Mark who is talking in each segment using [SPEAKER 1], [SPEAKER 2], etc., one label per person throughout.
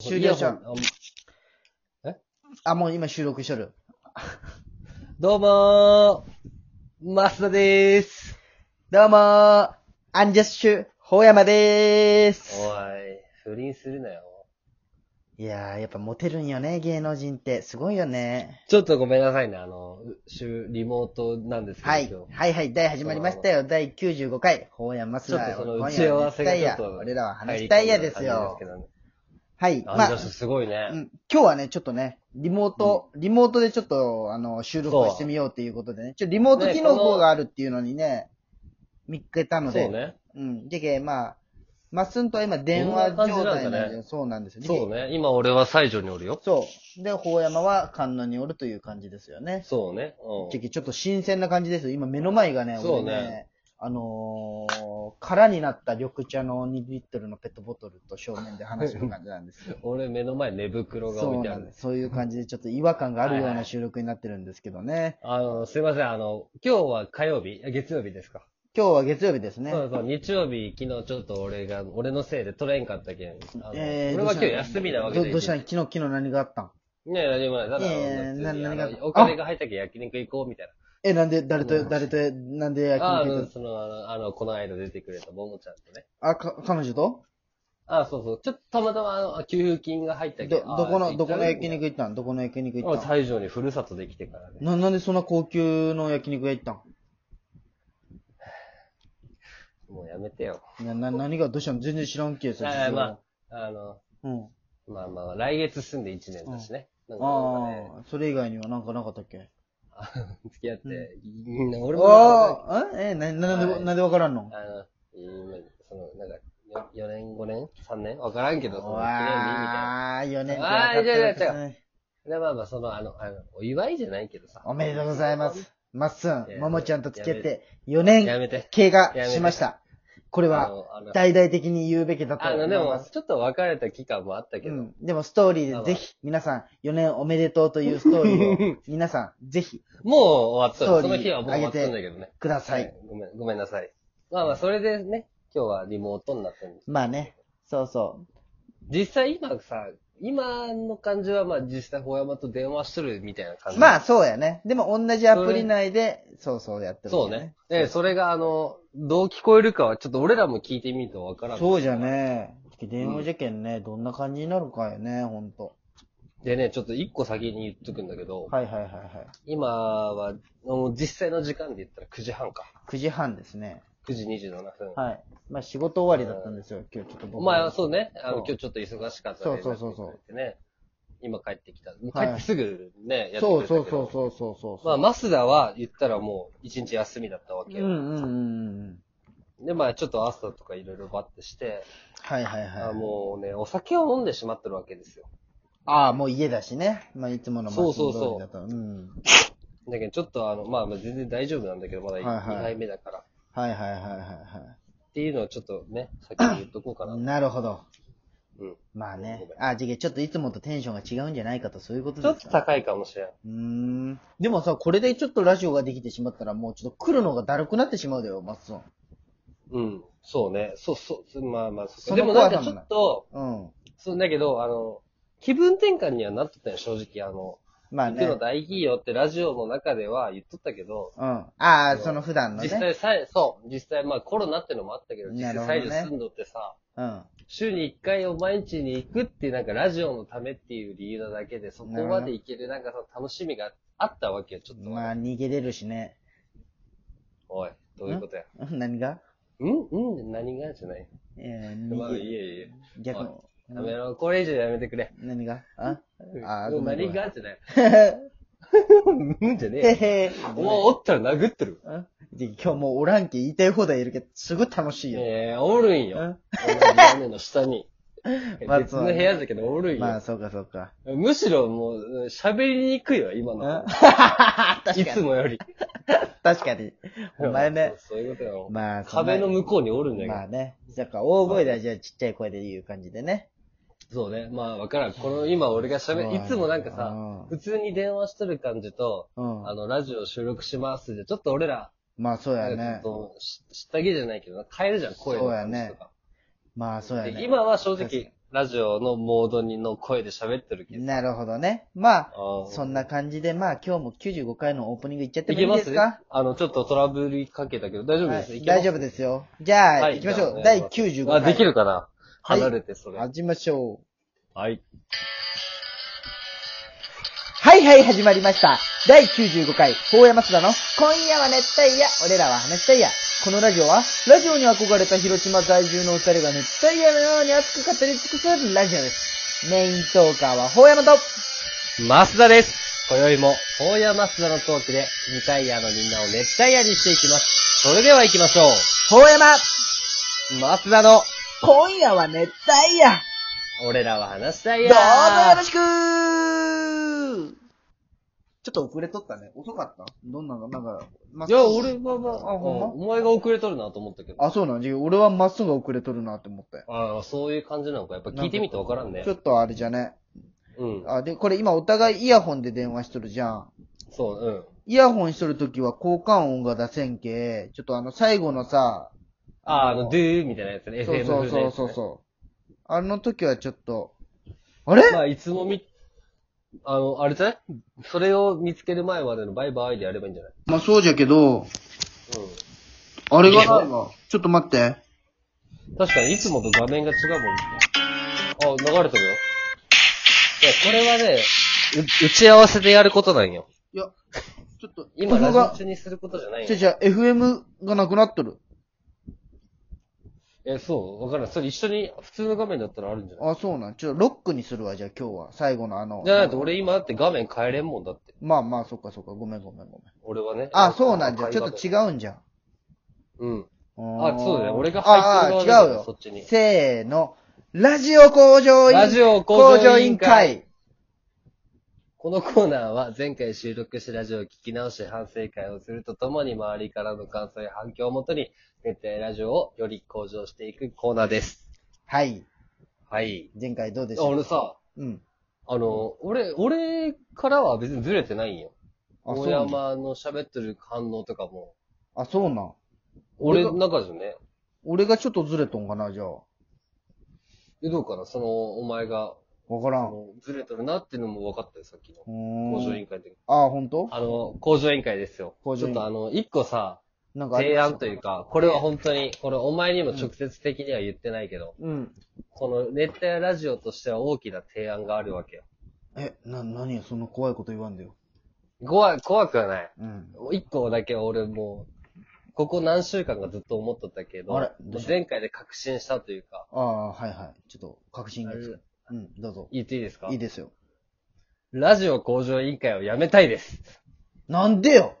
[SPEAKER 1] 終了しよう
[SPEAKER 2] イヤホン
[SPEAKER 1] あ、もう今収録しとる。
[SPEAKER 2] どうもー、マスダでーす。
[SPEAKER 1] どうもー、アンジャッシュ、ほうやまでー
[SPEAKER 2] お
[SPEAKER 1] す。
[SPEAKER 2] い、不倫するなよ。
[SPEAKER 1] いやー、やっぱモテるんよね、芸能人って。すごいよね。
[SPEAKER 2] ちょっとごめんなさいね、あの、う週、リモートなんですけど、
[SPEAKER 1] はい
[SPEAKER 2] 今。
[SPEAKER 1] はいはい、第始まりましたよ。第95回、ほうやま
[SPEAKER 2] 日。
[SPEAKER 1] す
[SPEAKER 2] ちょ
[SPEAKER 1] だ
[SPEAKER 2] っとその
[SPEAKER 1] 今
[SPEAKER 2] 打
[SPEAKER 1] 夜
[SPEAKER 2] ち合
[SPEAKER 1] は
[SPEAKER 2] わせがちょっ
[SPEAKER 1] 熱帯
[SPEAKER 2] と。
[SPEAKER 1] 夜俺らは話したいやですよ
[SPEAKER 2] 入り込。んだ感じです
[SPEAKER 1] はい。
[SPEAKER 2] けどね。
[SPEAKER 1] ま
[SPEAKER 2] あ、
[SPEAKER 1] あ、
[SPEAKER 2] すごいね。
[SPEAKER 1] うん今日はね、ちょっとね、リモート、リモートでちょっと、あの、収録をしてみようということでね。ちょ、リモート機能
[SPEAKER 2] ねこの
[SPEAKER 1] があるっていうのにね、見つけたので。
[SPEAKER 2] そうね。
[SPEAKER 1] うん。でけ、まあ、まっすんとは今電話
[SPEAKER 2] こ
[SPEAKER 1] 状
[SPEAKER 2] んな感じ
[SPEAKER 1] 態
[SPEAKER 2] なんだね
[SPEAKER 1] なんで、そうなんですよ
[SPEAKER 2] そうね。
[SPEAKER 1] ね。
[SPEAKER 2] 今俺は西条におるよ。
[SPEAKER 1] そう。で、法山は観音におるという感じですよね。
[SPEAKER 2] そうね。う
[SPEAKER 1] でけ、ちょっと新鮮な感じですよ。今目の前がね、
[SPEAKER 2] そ
[SPEAKER 1] 俺
[SPEAKER 2] うね
[SPEAKER 1] ね、あのー、空になった緑茶の2リットルのペットボトルと正面で話してる感じなんですよ。
[SPEAKER 2] ん。俺目の前寝袋が
[SPEAKER 1] そ
[SPEAKER 2] 置いうてあ
[SPEAKER 1] な
[SPEAKER 2] る
[SPEAKER 1] ん。です。そういう感じで、ちょっと違和感があるよう
[SPEAKER 2] はいは
[SPEAKER 1] ない収録になってるんですけどね。
[SPEAKER 2] あの、すいません、あの、今日は火曜日あ月曜日ですか。
[SPEAKER 1] 今日は月曜日ですね。
[SPEAKER 2] そうそう、日曜日、昨日ちょっと俺が、俺のせいで取れんかったけん。あの
[SPEAKER 1] えー
[SPEAKER 2] 俺は今
[SPEAKER 1] どうした
[SPEAKER 2] 日休みなわけで。
[SPEAKER 1] どどうしたん昨日、昨日何があったん
[SPEAKER 2] ねえ、何もない。ただ、
[SPEAKER 1] いやいや
[SPEAKER 2] 普通に
[SPEAKER 1] な何が
[SPEAKER 2] あのお金が入ったけん焼肉行こうみたいな。
[SPEAKER 1] え、なんで、誰
[SPEAKER 2] う
[SPEAKER 1] と、
[SPEAKER 2] ん
[SPEAKER 1] 誰と、なんで焼
[SPEAKER 2] ああ
[SPEAKER 1] 肉行
[SPEAKER 2] の、
[SPEAKER 1] く
[SPEAKER 2] その、あの、あのこの間出てくれたももちゃんとね。
[SPEAKER 1] あ、か、彼女と
[SPEAKER 2] ああ、そうそう。ちょっとたまたま、あの、給付金が入ったけ
[SPEAKER 1] ど、
[SPEAKER 2] んああ
[SPEAKER 1] どこの、どこの焼
[SPEAKER 2] 行っ
[SPEAKER 1] 肉行ったんどこの焼肉
[SPEAKER 2] た
[SPEAKER 1] 行
[SPEAKER 2] ね
[SPEAKER 1] ったん
[SPEAKER 2] 西条にふるさとできてからね。
[SPEAKER 1] な、なんでそんな高級の焼肉屋行ったん
[SPEAKER 2] もうやめてよ。
[SPEAKER 1] な、な、何がどうしたん全然知らんけそれ
[SPEAKER 2] ああ、まあ、あの、
[SPEAKER 1] うん。
[SPEAKER 2] まあまあ、来月住んで1年だしね。なんかなんかね
[SPEAKER 1] ああ、それ以外にはなんかなかったっけ
[SPEAKER 2] 付き合って、みんな俺もなんか、
[SPEAKER 1] ああ、え、えな、な、なん
[SPEAKER 2] は
[SPEAKER 1] で、
[SPEAKER 2] い
[SPEAKER 1] なんでわからんの
[SPEAKER 2] あの、今、その、なんか、4年、5年 ?3 年わからんけど、その、記念日みたいな。
[SPEAKER 1] わあ、4年
[SPEAKER 2] あーいやいやいや
[SPEAKER 1] い
[SPEAKER 2] で、まあまあ、その、あの、あの、お祝いじゃないけどさ。
[SPEAKER 1] おめでとうございます。まっすん
[SPEAKER 2] い、や
[SPEAKER 1] ももちゃんと付き合っ
[SPEAKER 2] や
[SPEAKER 1] て4
[SPEAKER 2] や
[SPEAKER 1] 年
[SPEAKER 2] めて。
[SPEAKER 1] 経過しました。これ
[SPEAKER 2] こ
[SPEAKER 1] は、、
[SPEAKER 2] あの、
[SPEAKER 1] 大々的に言うべきだと
[SPEAKER 2] あ
[SPEAKER 1] 思
[SPEAKER 2] の
[SPEAKER 1] い
[SPEAKER 2] で
[SPEAKER 1] ま
[SPEAKER 2] も、
[SPEAKER 1] す。
[SPEAKER 2] ちょっと別れた期間もあったけ
[SPEAKER 1] う
[SPEAKER 2] ど、
[SPEAKER 1] ん。でも、ストーリーでぜひ、皆さん、4年おめでとうというストーリーを、 皆さん、ぜひ、
[SPEAKER 2] もう終わった
[SPEAKER 1] スト
[SPEAKER 2] そ
[SPEAKER 1] ーリ
[SPEAKER 2] の
[SPEAKER 1] ー
[SPEAKER 2] 日はもう終わったんだけどね。
[SPEAKER 1] ください。。
[SPEAKER 2] ごめん、ごめんなさい。まあまあ、それでね、今日はリモートになったんです。
[SPEAKER 1] まあね。そうそ
[SPEAKER 2] 実際今さ、今の感じはまあ実際、ほ山と電話しとるみたいな感
[SPEAKER 1] う。
[SPEAKER 2] じ。
[SPEAKER 1] まあ、そうやね。でも同じアプリ内で、そうそうやってる、
[SPEAKER 2] そうね。え、それがあの、どう聞こえるかはちょっと俺らも聞いてみるとわからん。
[SPEAKER 1] そうじゃ。ね。電話受験ね、どんな感じになるかよね、ほんと。
[SPEAKER 2] でね、ちょっと一個先に言っとくんだけど、
[SPEAKER 1] はいはいはいはい。
[SPEAKER 2] 今は、もう実際の時間で言ったら9時半か。
[SPEAKER 1] 9時半ですね。
[SPEAKER 2] 9時27分。
[SPEAKER 1] はい。まあ仕事終わりだったんですよ、今日ちょっと僕。
[SPEAKER 2] お前はそうね、あの、
[SPEAKER 1] そう
[SPEAKER 2] 今日ちょっと忙しかった
[SPEAKER 1] そうそうそうそう
[SPEAKER 2] う。ね、今帰ってきた。もう
[SPEAKER 1] はい
[SPEAKER 2] 帰ってすぐね、やって
[SPEAKER 1] そ
[SPEAKER 2] くれ
[SPEAKER 1] う
[SPEAKER 2] たけど。
[SPEAKER 1] そうそうそうそうそう。
[SPEAKER 2] まあ、マスダは言ったらもう一日休みだったわ
[SPEAKER 1] うん
[SPEAKER 2] け
[SPEAKER 1] う
[SPEAKER 2] よ。
[SPEAKER 1] んうんうん。
[SPEAKER 2] で、まあ、ちょっと朝とかいろいろバッてして、
[SPEAKER 1] はいはい
[SPEAKER 2] あ
[SPEAKER 1] はい。
[SPEAKER 2] もうね、お酒を飲んでしまってるわけですよ。
[SPEAKER 1] ああ、もう家だしね。まあいつもの
[SPEAKER 2] そう
[SPEAKER 1] そ
[SPEAKER 2] そううそう
[SPEAKER 1] だった。うん。
[SPEAKER 2] だけど、ちょっとあの、まあ、まあ全然大丈夫なんだけど、まだ
[SPEAKER 1] はい
[SPEAKER 2] 2
[SPEAKER 1] はい
[SPEAKER 2] 杯目だから。
[SPEAKER 1] はいはいはいはいは
[SPEAKER 2] っていうのをちょっとね、先に言っとこうかな。
[SPEAKER 1] い。なるほど。
[SPEAKER 2] うん。
[SPEAKER 1] まあね
[SPEAKER 2] ごめ。ん
[SPEAKER 1] あ、じゃあちょっといつもとテンションが違うんじゃないかと、そういうこと
[SPEAKER 2] ちょ
[SPEAKER 1] で
[SPEAKER 2] っ
[SPEAKER 1] す
[SPEAKER 2] と
[SPEAKER 1] か、
[SPEAKER 2] 高いかもしれん。
[SPEAKER 1] うーん。でもさ、これでちょっとラジオができてしまったら、もうちょっと来るのがだるくなってしまうだよ、マッソン。
[SPEAKER 2] うん。そうね。そうそう。まあまあ、
[SPEAKER 1] そ
[SPEAKER 2] そう
[SPEAKER 1] の
[SPEAKER 2] でもなんか
[SPEAKER 1] 怖
[SPEAKER 2] ちょ
[SPEAKER 1] さもない
[SPEAKER 2] っと、
[SPEAKER 1] うん。
[SPEAKER 2] そう、だけど、あの、気分転換にはなっとったよ、正直。あの、
[SPEAKER 1] まあ
[SPEAKER 2] 行く
[SPEAKER 1] ね
[SPEAKER 2] の。大事よってラジオの中では言っとったけど、
[SPEAKER 1] うん。ああ、その普段の
[SPEAKER 2] 実
[SPEAKER 1] ね。
[SPEAKER 2] 際さえ、そう、実際まあコロナってのもあったけど、実
[SPEAKER 1] なるほどね
[SPEAKER 2] 際西条住んどってさ、
[SPEAKER 1] うん。
[SPEAKER 2] 週に1回を毎日に行くってなんかラジオのためっていう理由なだけで、そこまで行けるなんかその楽しみがあったわけよ、ちょっと。
[SPEAKER 1] まあ逃げれるしね。
[SPEAKER 2] おい、どういうことや。
[SPEAKER 1] うん何が
[SPEAKER 2] うんうん何がじゃない。
[SPEAKER 1] えー、
[SPEAKER 2] ま
[SPEAKER 1] 逃
[SPEAKER 2] あ、い
[SPEAKER 1] げ、
[SPEAKER 2] えいえ。
[SPEAKER 1] 逆に。
[SPEAKER 2] やめろ、これ以上やめてくれ。
[SPEAKER 1] 何がああ
[SPEAKER 2] う
[SPEAKER 1] ー
[SPEAKER 2] ん
[SPEAKER 1] ごめんごめ
[SPEAKER 2] 何
[SPEAKER 1] ん
[SPEAKER 2] がじゃない。
[SPEAKER 1] へ へ
[SPEAKER 2] うんじゃねえ
[SPEAKER 1] へ
[SPEAKER 2] よ。
[SPEAKER 1] へ。
[SPEAKER 2] お前おったら殴ってる。
[SPEAKER 1] うんで今日もうおらんけ言いたい放題いるけど、すごい楽しいよ。
[SPEAKER 2] ええ、おるんよ。
[SPEAKER 1] う
[SPEAKER 2] 屋根の下に。
[SPEAKER 1] まあ
[SPEAKER 2] 別の部屋だけどおる
[SPEAKER 1] ん
[SPEAKER 2] ん
[SPEAKER 1] まあ
[SPEAKER 2] よ。
[SPEAKER 1] そうかそうか。
[SPEAKER 2] むしろもう、喋りにくいわ、今
[SPEAKER 1] うん
[SPEAKER 2] の。
[SPEAKER 1] 確
[SPEAKER 2] い
[SPEAKER 1] か
[SPEAKER 2] つ
[SPEAKER 1] に。
[SPEAKER 2] もより。
[SPEAKER 1] 確かに。お前ね。
[SPEAKER 2] そうそういうことよ。
[SPEAKER 1] まあ、
[SPEAKER 2] 壁の
[SPEAKER 1] 向
[SPEAKER 2] 向こうにおるんだけど
[SPEAKER 1] まあ。ね。だから大声ではじゃあちっちゃい声で言う感じでね。
[SPEAKER 2] そうね。まあ、わからん。この、今俺が喋る、いつもなんかさ、普通に電話しとる感じと、
[SPEAKER 1] うん、う
[SPEAKER 2] あ
[SPEAKER 1] ん。
[SPEAKER 2] の、ラジオ収録しますで、ちょっと俺ら、
[SPEAKER 1] まあそうや
[SPEAKER 2] なんか
[SPEAKER 1] ね
[SPEAKER 2] ち。ょっと、し下着じゃないけど、変えるじゃん、声の感じとか。
[SPEAKER 1] まあそうやね。
[SPEAKER 2] で今は正
[SPEAKER 1] 確かに
[SPEAKER 2] 直、ラジオのモードにの声で喋ってるけど。
[SPEAKER 1] なるほどね。まあ、
[SPEAKER 2] あ
[SPEAKER 1] そんな感じで、まあ今日も95回のオープニングいっちゃって
[SPEAKER 2] ーいけま
[SPEAKER 1] もいいですすか
[SPEAKER 2] あの、ちょっとトラブりかけたけど、大丈夫です、
[SPEAKER 1] は
[SPEAKER 2] い
[SPEAKER 1] い
[SPEAKER 2] けます
[SPEAKER 1] 大丈夫ですよ。じゃあ、
[SPEAKER 2] は
[SPEAKER 1] 行
[SPEAKER 2] い
[SPEAKER 1] きまし
[SPEAKER 2] じゃあお
[SPEAKER 1] ょう。
[SPEAKER 2] 願い
[SPEAKER 1] 第
[SPEAKER 2] します
[SPEAKER 1] 95回。
[SPEAKER 2] あ、できるかな
[SPEAKER 1] はい
[SPEAKER 2] 離れて、それ。
[SPEAKER 1] 始めましょう。
[SPEAKER 2] はい。
[SPEAKER 1] はいはい、始まりました。第95回、大山津田の、今夜は熱帯夜、俺らは話したいや。このラジオは、ラジオに憧れた広島在住のお二人が熱帯夜のように熱く語り尽くすラジオです。メイントーカーは、大山と、
[SPEAKER 2] 増田です。今宵も、大山増田のトークで、二階屋のみんなを熱帯夜にしていきます。それでは行きましょう。
[SPEAKER 1] 大山、
[SPEAKER 2] 増田の、
[SPEAKER 1] 今夜は熱帯夜、
[SPEAKER 2] 俺らは話したい
[SPEAKER 1] どう
[SPEAKER 2] や
[SPEAKER 1] ぞよろしくちょっと遅れとったね。遅かったどんなのなんか、ま
[SPEAKER 2] いや、俺はまあ、
[SPEAKER 1] あほんま
[SPEAKER 2] お前が遅れとるなと思ったけど。
[SPEAKER 1] あ、そうなんじゃ俺はまっすぐ遅れとるなって思ったよ。
[SPEAKER 2] ああ、そういう感じなのか。やっぱ聞いてみてわからんね
[SPEAKER 1] ちょ。っとあれじゃね。
[SPEAKER 2] うん。
[SPEAKER 1] あ、で、これ今お互いイヤホンで電話しとるじゃん。
[SPEAKER 2] そう、うん。
[SPEAKER 1] イヤホンしとるときは交換音が出せんけ、ちょっとあの最後のさ、
[SPEAKER 2] ああ、あの、ドゥーみたいなやつね。
[SPEAKER 1] そう
[SPEAKER 2] FM
[SPEAKER 1] そ
[SPEAKER 2] 風
[SPEAKER 1] う
[SPEAKER 2] の
[SPEAKER 1] そ
[SPEAKER 2] やつ
[SPEAKER 1] う
[SPEAKER 2] ね
[SPEAKER 1] そうそう。あの時はちょっと、あれ、
[SPEAKER 2] まあ、いつもみ、あの、あれじゃないそれを見つける前までのバイバイでやればいいんじゃない
[SPEAKER 1] まあそうじゃけど、
[SPEAKER 2] う
[SPEAKER 1] あれがないわ。ちょっと待って。
[SPEAKER 2] ん。確かに、いつもと画面が違うもんね。あ、流れてるよ。いや、これはね、う打ち合わせでやることなんよ。
[SPEAKER 1] いや、ちょっと、
[SPEAKER 2] 今、ラ
[SPEAKER 1] ここ
[SPEAKER 2] ジ
[SPEAKER 1] が
[SPEAKER 2] オ、中にすることじゃない
[SPEAKER 1] じゃ
[SPEAKER 2] よ。
[SPEAKER 1] じゃ FM がなくなっとる。
[SPEAKER 2] え、そう、わからん。それ一緒に、普通の画面だったらあるんじゃない
[SPEAKER 1] あ、そうなん。ちょっとロックにするわ、じゃあ今日は。最後のあの。
[SPEAKER 2] じゃないと俺今だって画面変えれんもんだって。
[SPEAKER 1] まあまあ、そっかそっか。ごめんごめんごめん。
[SPEAKER 2] 俺はね。
[SPEAKER 1] あ、そうなんじゃ。
[SPEAKER 2] 赤い
[SPEAKER 1] ちょ
[SPEAKER 2] 画
[SPEAKER 1] っ
[SPEAKER 2] 面
[SPEAKER 1] と違うんじゃん。
[SPEAKER 2] うん。
[SPEAKER 1] あ
[SPEAKER 2] あ、そうだね。俺が
[SPEAKER 1] あ
[SPEAKER 2] 入ってる側だ
[SPEAKER 1] あ、違う
[SPEAKER 2] からそ
[SPEAKER 1] よ
[SPEAKER 2] っ。ちに。
[SPEAKER 1] せーの。ラジオ工場委員
[SPEAKER 2] ラジオ工場委員会。。
[SPEAKER 1] 工
[SPEAKER 2] このコーナーは前回収録したラジオを聞き直し反省会をするとともに周りからの感想や反響をもとに、熱帯ラジオをより向上していくコーナーです。
[SPEAKER 1] はい。
[SPEAKER 2] はい。
[SPEAKER 1] 前回どうでし
[SPEAKER 2] あ
[SPEAKER 1] た
[SPEAKER 2] 俺さ、
[SPEAKER 1] うん。
[SPEAKER 2] あの、俺、俺からは別にずれてないんよ。
[SPEAKER 1] あ、
[SPEAKER 2] 大
[SPEAKER 1] そうなん。
[SPEAKER 2] 山の喋ってる反応とかも、
[SPEAKER 1] あ、そうなん。
[SPEAKER 2] 俺の中じゃね。
[SPEAKER 1] 俺がちょっとずれとんかな、じゃあ。
[SPEAKER 2] えどうかなその、お前が、
[SPEAKER 1] わから
[SPEAKER 2] あ
[SPEAKER 1] ん。う
[SPEAKER 2] の、ずれてるなっていうのも分かったよ、さっきの。
[SPEAKER 1] ー
[SPEAKER 2] 工場委
[SPEAKER 1] ん。
[SPEAKER 2] 員会の時
[SPEAKER 1] あ、ほんと
[SPEAKER 2] あの、工場委員会ですよ。
[SPEAKER 1] 工
[SPEAKER 2] ち
[SPEAKER 1] 場
[SPEAKER 2] ょっ
[SPEAKER 1] 委員
[SPEAKER 2] とあの、一個さ、
[SPEAKER 1] なんかあり
[SPEAKER 2] 提
[SPEAKER 1] ました
[SPEAKER 2] 案というか、これは本当に、これお前にも直接的には言ってないけど、
[SPEAKER 1] うん。
[SPEAKER 2] この熱帯ラジオとしては大きな提案があるわけよ。
[SPEAKER 1] え、な、何や、そんな怖いこと言わんだよ。
[SPEAKER 2] 怖い、怖くはない。
[SPEAKER 1] うん。
[SPEAKER 2] 一個だけは俺もう、ここ何週間かずっと思っとったけど
[SPEAKER 1] あれどうし、た
[SPEAKER 2] 前回で確信したというか、
[SPEAKER 1] ああ、はいはい。ちょっと、確信がつく
[SPEAKER 2] あ
[SPEAKER 1] うん、どうぞ。
[SPEAKER 2] 言っていいですか
[SPEAKER 1] いいですよ。
[SPEAKER 2] ラジオ向上委員会をやめたいです。
[SPEAKER 1] なんでよ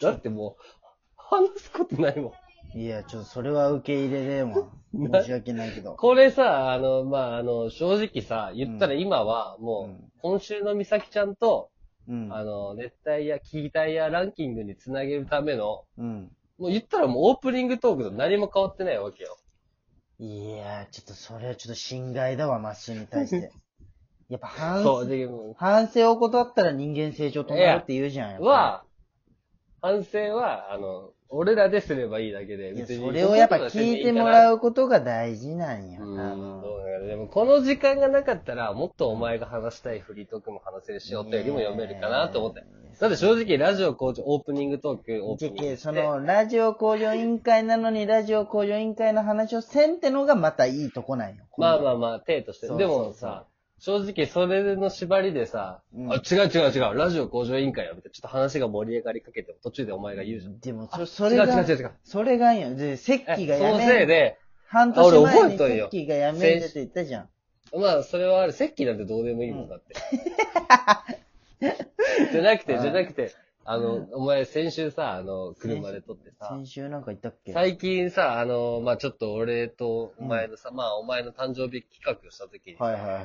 [SPEAKER 2] だってもう、話すことないもん。
[SPEAKER 1] いや、ちょっと、それは受け入れれんわ。 申し訳ないけど。
[SPEAKER 2] これさ、あの、まあ、あの、正直さ、言ったら今は、も
[SPEAKER 1] うん
[SPEAKER 2] う、今週の美咲ちゃんと、
[SPEAKER 1] うん。
[SPEAKER 2] あの、熱帯夜、聞きたいやランキングにつなげるための、
[SPEAKER 1] うん。
[SPEAKER 2] もう言ったらもうオープニングトークと何も変わってないわけよ。
[SPEAKER 1] いやー、ちょっとそれはちょっと侵害だわ、マッシュに対 して。やっぱ反
[SPEAKER 2] そう、
[SPEAKER 1] 省、
[SPEAKER 2] で、も
[SPEAKER 1] 反省を断ったら人間成長止まるって言うじゃん。やっ
[SPEAKER 2] う
[SPEAKER 1] ぱ
[SPEAKER 2] は、反省は、あの、俺らですればいいだけで、
[SPEAKER 1] いや
[SPEAKER 2] 別に。
[SPEAKER 1] それをやっぱ聞いてもら
[SPEAKER 2] う
[SPEAKER 1] うことが大事なんや。
[SPEAKER 2] こと
[SPEAKER 1] 多
[SPEAKER 2] はせんでいいかな。うん、
[SPEAKER 1] 分
[SPEAKER 2] どうだろうでもこの時間がなかったら、もっとお前が話したいフリートークも話せるし、お便りも読めるかなと思って。だって正直、ラジオ校長オープニングトーク、オープニングして。
[SPEAKER 1] その、ラジオ工場委員会なのに、ラジオ工場委員会の話をせんってのがまたいいとこなんよ。
[SPEAKER 2] まあまあまあ、手として。
[SPEAKER 1] そう
[SPEAKER 2] で
[SPEAKER 1] そう
[SPEAKER 2] も
[SPEAKER 1] そう
[SPEAKER 2] さ、正直それの縛りでさ、
[SPEAKER 1] うん
[SPEAKER 2] あ、違う違う違う、ラジオ向上委員会やめて、ちょっと話が盛り上がりかけて、途中でお前が言うじゃん。
[SPEAKER 1] でも、
[SPEAKER 2] あ
[SPEAKER 1] そそれが、
[SPEAKER 2] 違う違う違う違う
[SPEAKER 1] それがいいよ。で、セッキーが
[SPEAKER 2] え
[SPEAKER 1] や
[SPEAKER 2] その
[SPEAKER 1] め
[SPEAKER 2] せい
[SPEAKER 1] ん、
[SPEAKER 2] で、
[SPEAKER 1] 半年
[SPEAKER 2] あ俺
[SPEAKER 1] 前
[SPEAKER 2] 覚え
[SPEAKER 1] にセ
[SPEAKER 2] とんよ
[SPEAKER 1] ッキーがやめんでって言ったじゃん。
[SPEAKER 2] まあ、それはある。石器なんてどうでもいいもんだって。 じゃなくて、
[SPEAKER 1] はい
[SPEAKER 2] じゃなくて、あの、お前先週さ、あの、車で撮ってさ、
[SPEAKER 1] 先週なんか言ったっけ
[SPEAKER 2] 最近さ、あの、まあちょっと俺とお前のさ、まあお前の誕生日企画をした時に、
[SPEAKER 1] はいはいはいは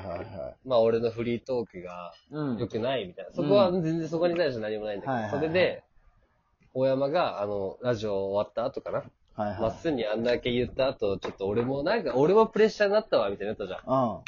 [SPEAKER 1] い。
[SPEAKER 2] まあ俺のフリートークが
[SPEAKER 1] うん
[SPEAKER 2] 良くないみたいな。そこは全然そこに対して何もないんだけど、
[SPEAKER 1] はいはいはい
[SPEAKER 2] それで、大山が、あの、ラジオ終わった後かな。
[SPEAKER 1] はい
[SPEAKER 2] まっすぐにあんだけ言った後、ちょっと俺もなんか、俺もプレッシャーになったわ、みたいになったじゃん。
[SPEAKER 1] は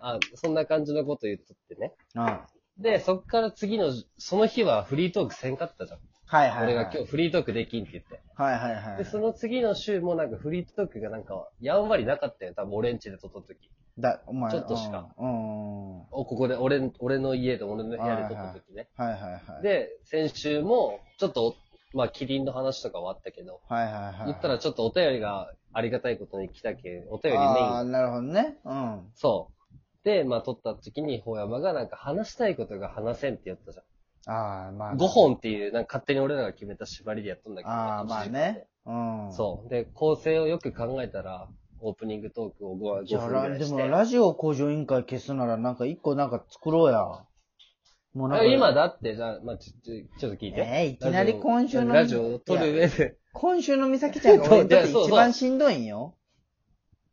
[SPEAKER 2] あ、そんな感じのこと言っとってね。
[SPEAKER 1] い。うん。うん。
[SPEAKER 2] で、そっから次の、その日はフリートークせんかったじゃん。
[SPEAKER 1] はいはい、はい。
[SPEAKER 2] 俺が今日フリートークできんって言って。
[SPEAKER 1] はいはいはい。
[SPEAKER 2] で、その次の週もなんかフリートークがなんか、やんわりなかったよ。多分俺ん家で撮った時。
[SPEAKER 1] だ、お前。
[SPEAKER 2] ちょっとしか
[SPEAKER 1] うん。うん。は
[SPEAKER 2] お、ここで、俺、俺の家で、俺の部屋で撮った時ね。
[SPEAKER 1] いはいはい。、
[SPEAKER 2] で、先週も、ちょっと、まあ、キリンの話とかはあったけど、
[SPEAKER 1] はいはいはい。
[SPEAKER 2] 言ったらちょっとお便りがありがたいことに来たけん、お便りメイ
[SPEAKER 1] ああ、
[SPEAKER 2] ン。
[SPEAKER 1] なるほどね。うん。
[SPEAKER 2] そう。で、まあ、撮った時に、ほうやまがなんか話したいことが話せんって言ったじゃん。
[SPEAKER 1] ああ、まあ。
[SPEAKER 2] 5。本っていう、なんか勝手に俺らが決めた縛りでやっとんだけど。
[SPEAKER 1] ああ、まあね。うん。
[SPEAKER 2] そう。で、構成をよく考えたら、オープニングトークを5話、
[SPEAKER 1] じゃ
[SPEAKER 2] 5
[SPEAKER 1] あ、
[SPEAKER 2] 分ぐら
[SPEAKER 1] ら
[SPEAKER 2] い
[SPEAKER 1] で
[SPEAKER 2] して。
[SPEAKER 1] も、ラジオ向上委員会消すなら、なんか一個なんか作ろうや。もうなんか。
[SPEAKER 2] え今だって、じゃあ、まあ、ちょ、ちょちょっと聞いて。
[SPEAKER 1] えーいきなり今週の
[SPEAKER 2] ラジオを撮る上で。
[SPEAKER 1] 今週の美咲ちゃんが俺にとって
[SPEAKER 2] そう
[SPEAKER 1] 一番しんどいんよ。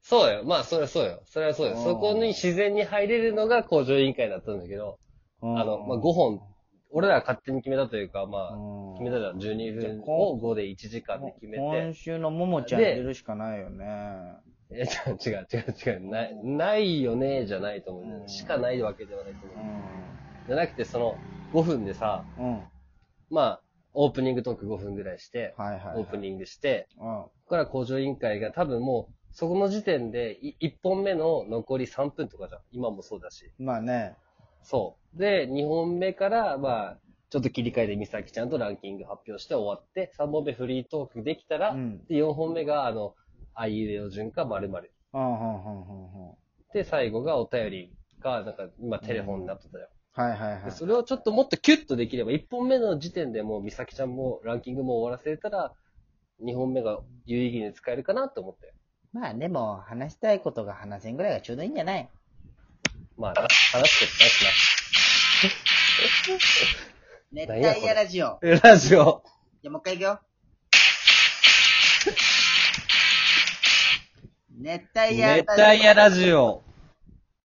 [SPEAKER 2] そうよ。まあ、それはそうよ。それはそうよ。
[SPEAKER 1] うん
[SPEAKER 2] そこに自然に入れるのが工場委員会だったんだけど、
[SPEAKER 1] あ
[SPEAKER 2] あの、まあ、5本、俺らが勝手に決めたというか、まあ、決めたじゃん。12
[SPEAKER 1] じゃあ
[SPEAKER 2] 分
[SPEAKER 1] こ
[SPEAKER 2] を5で1時間で決め
[SPEAKER 1] 今週のももちゃん入れるしかないよね。
[SPEAKER 2] て、え、違う、違う、違う、ない、ないよね、じゃないと思うんだよ
[SPEAKER 1] う
[SPEAKER 2] ね。
[SPEAKER 1] ん
[SPEAKER 2] しかないわけではないと思う
[SPEAKER 1] う。
[SPEAKER 2] じゃなくて、その、5分でさ、
[SPEAKER 1] ん。うん。
[SPEAKER 2] まあ、オープニングトーク5分ぐらいして、
[SPEAKER 1] はいはい。
[SPEAKER 2] オープニングして、
[SPEAKER 1] うん。
[SPEAKER 2] ここから工場委員会が多分もう、そこの時点で、1本目の残り3分とかじゃん。今もそうだし。
[SPEAKER 1] まあね。
[SPEAKER 2] そう。で、2本目から、まあ、ちょっと切り替えで美咲ちゃんとランキング発表して終わって、3本目フリートークできたら、
[SPEAKER 1] うん
[SPEAKER 2] で、4本目が、あの、あいうえお順か〇〇。
[SPEAKER 1] うん、うん、うん、うん。うん
[SPEAKER 2] で、最後がお便りが、なんか、今テレフォンになってたよ。
[SPEAKER 1] はいはいはい
[SPEAKER 2] で。それをちょっともっとキュッとできれば、1本目の時点でもう美咲ちゃんもランキングも終わらせれたら、2本目が有意義に使えるかなと思って。
[SPEAKER 1] まあでも、話したいことが話せんぐらいがちょうどいいんじゃない
[SPEAKER 2] まあな、話すことないしな。
[SPEAKER 1] 熱
[SPEAKER 2] 何やこ
[SPEAKER 1] 帯
[SPEAKER 2] れ
[SPEAKER 1] 夜ラジオ。
[SPEAKER 2] え、ラジオ。
[SPEAKER 1] じゃあもう一回い くよ。熱帯夜
[SPEAKER 2] 熱
[SPEAKER 1] ラジオ。
[SPEAKER 2] 帯夜ラジオ。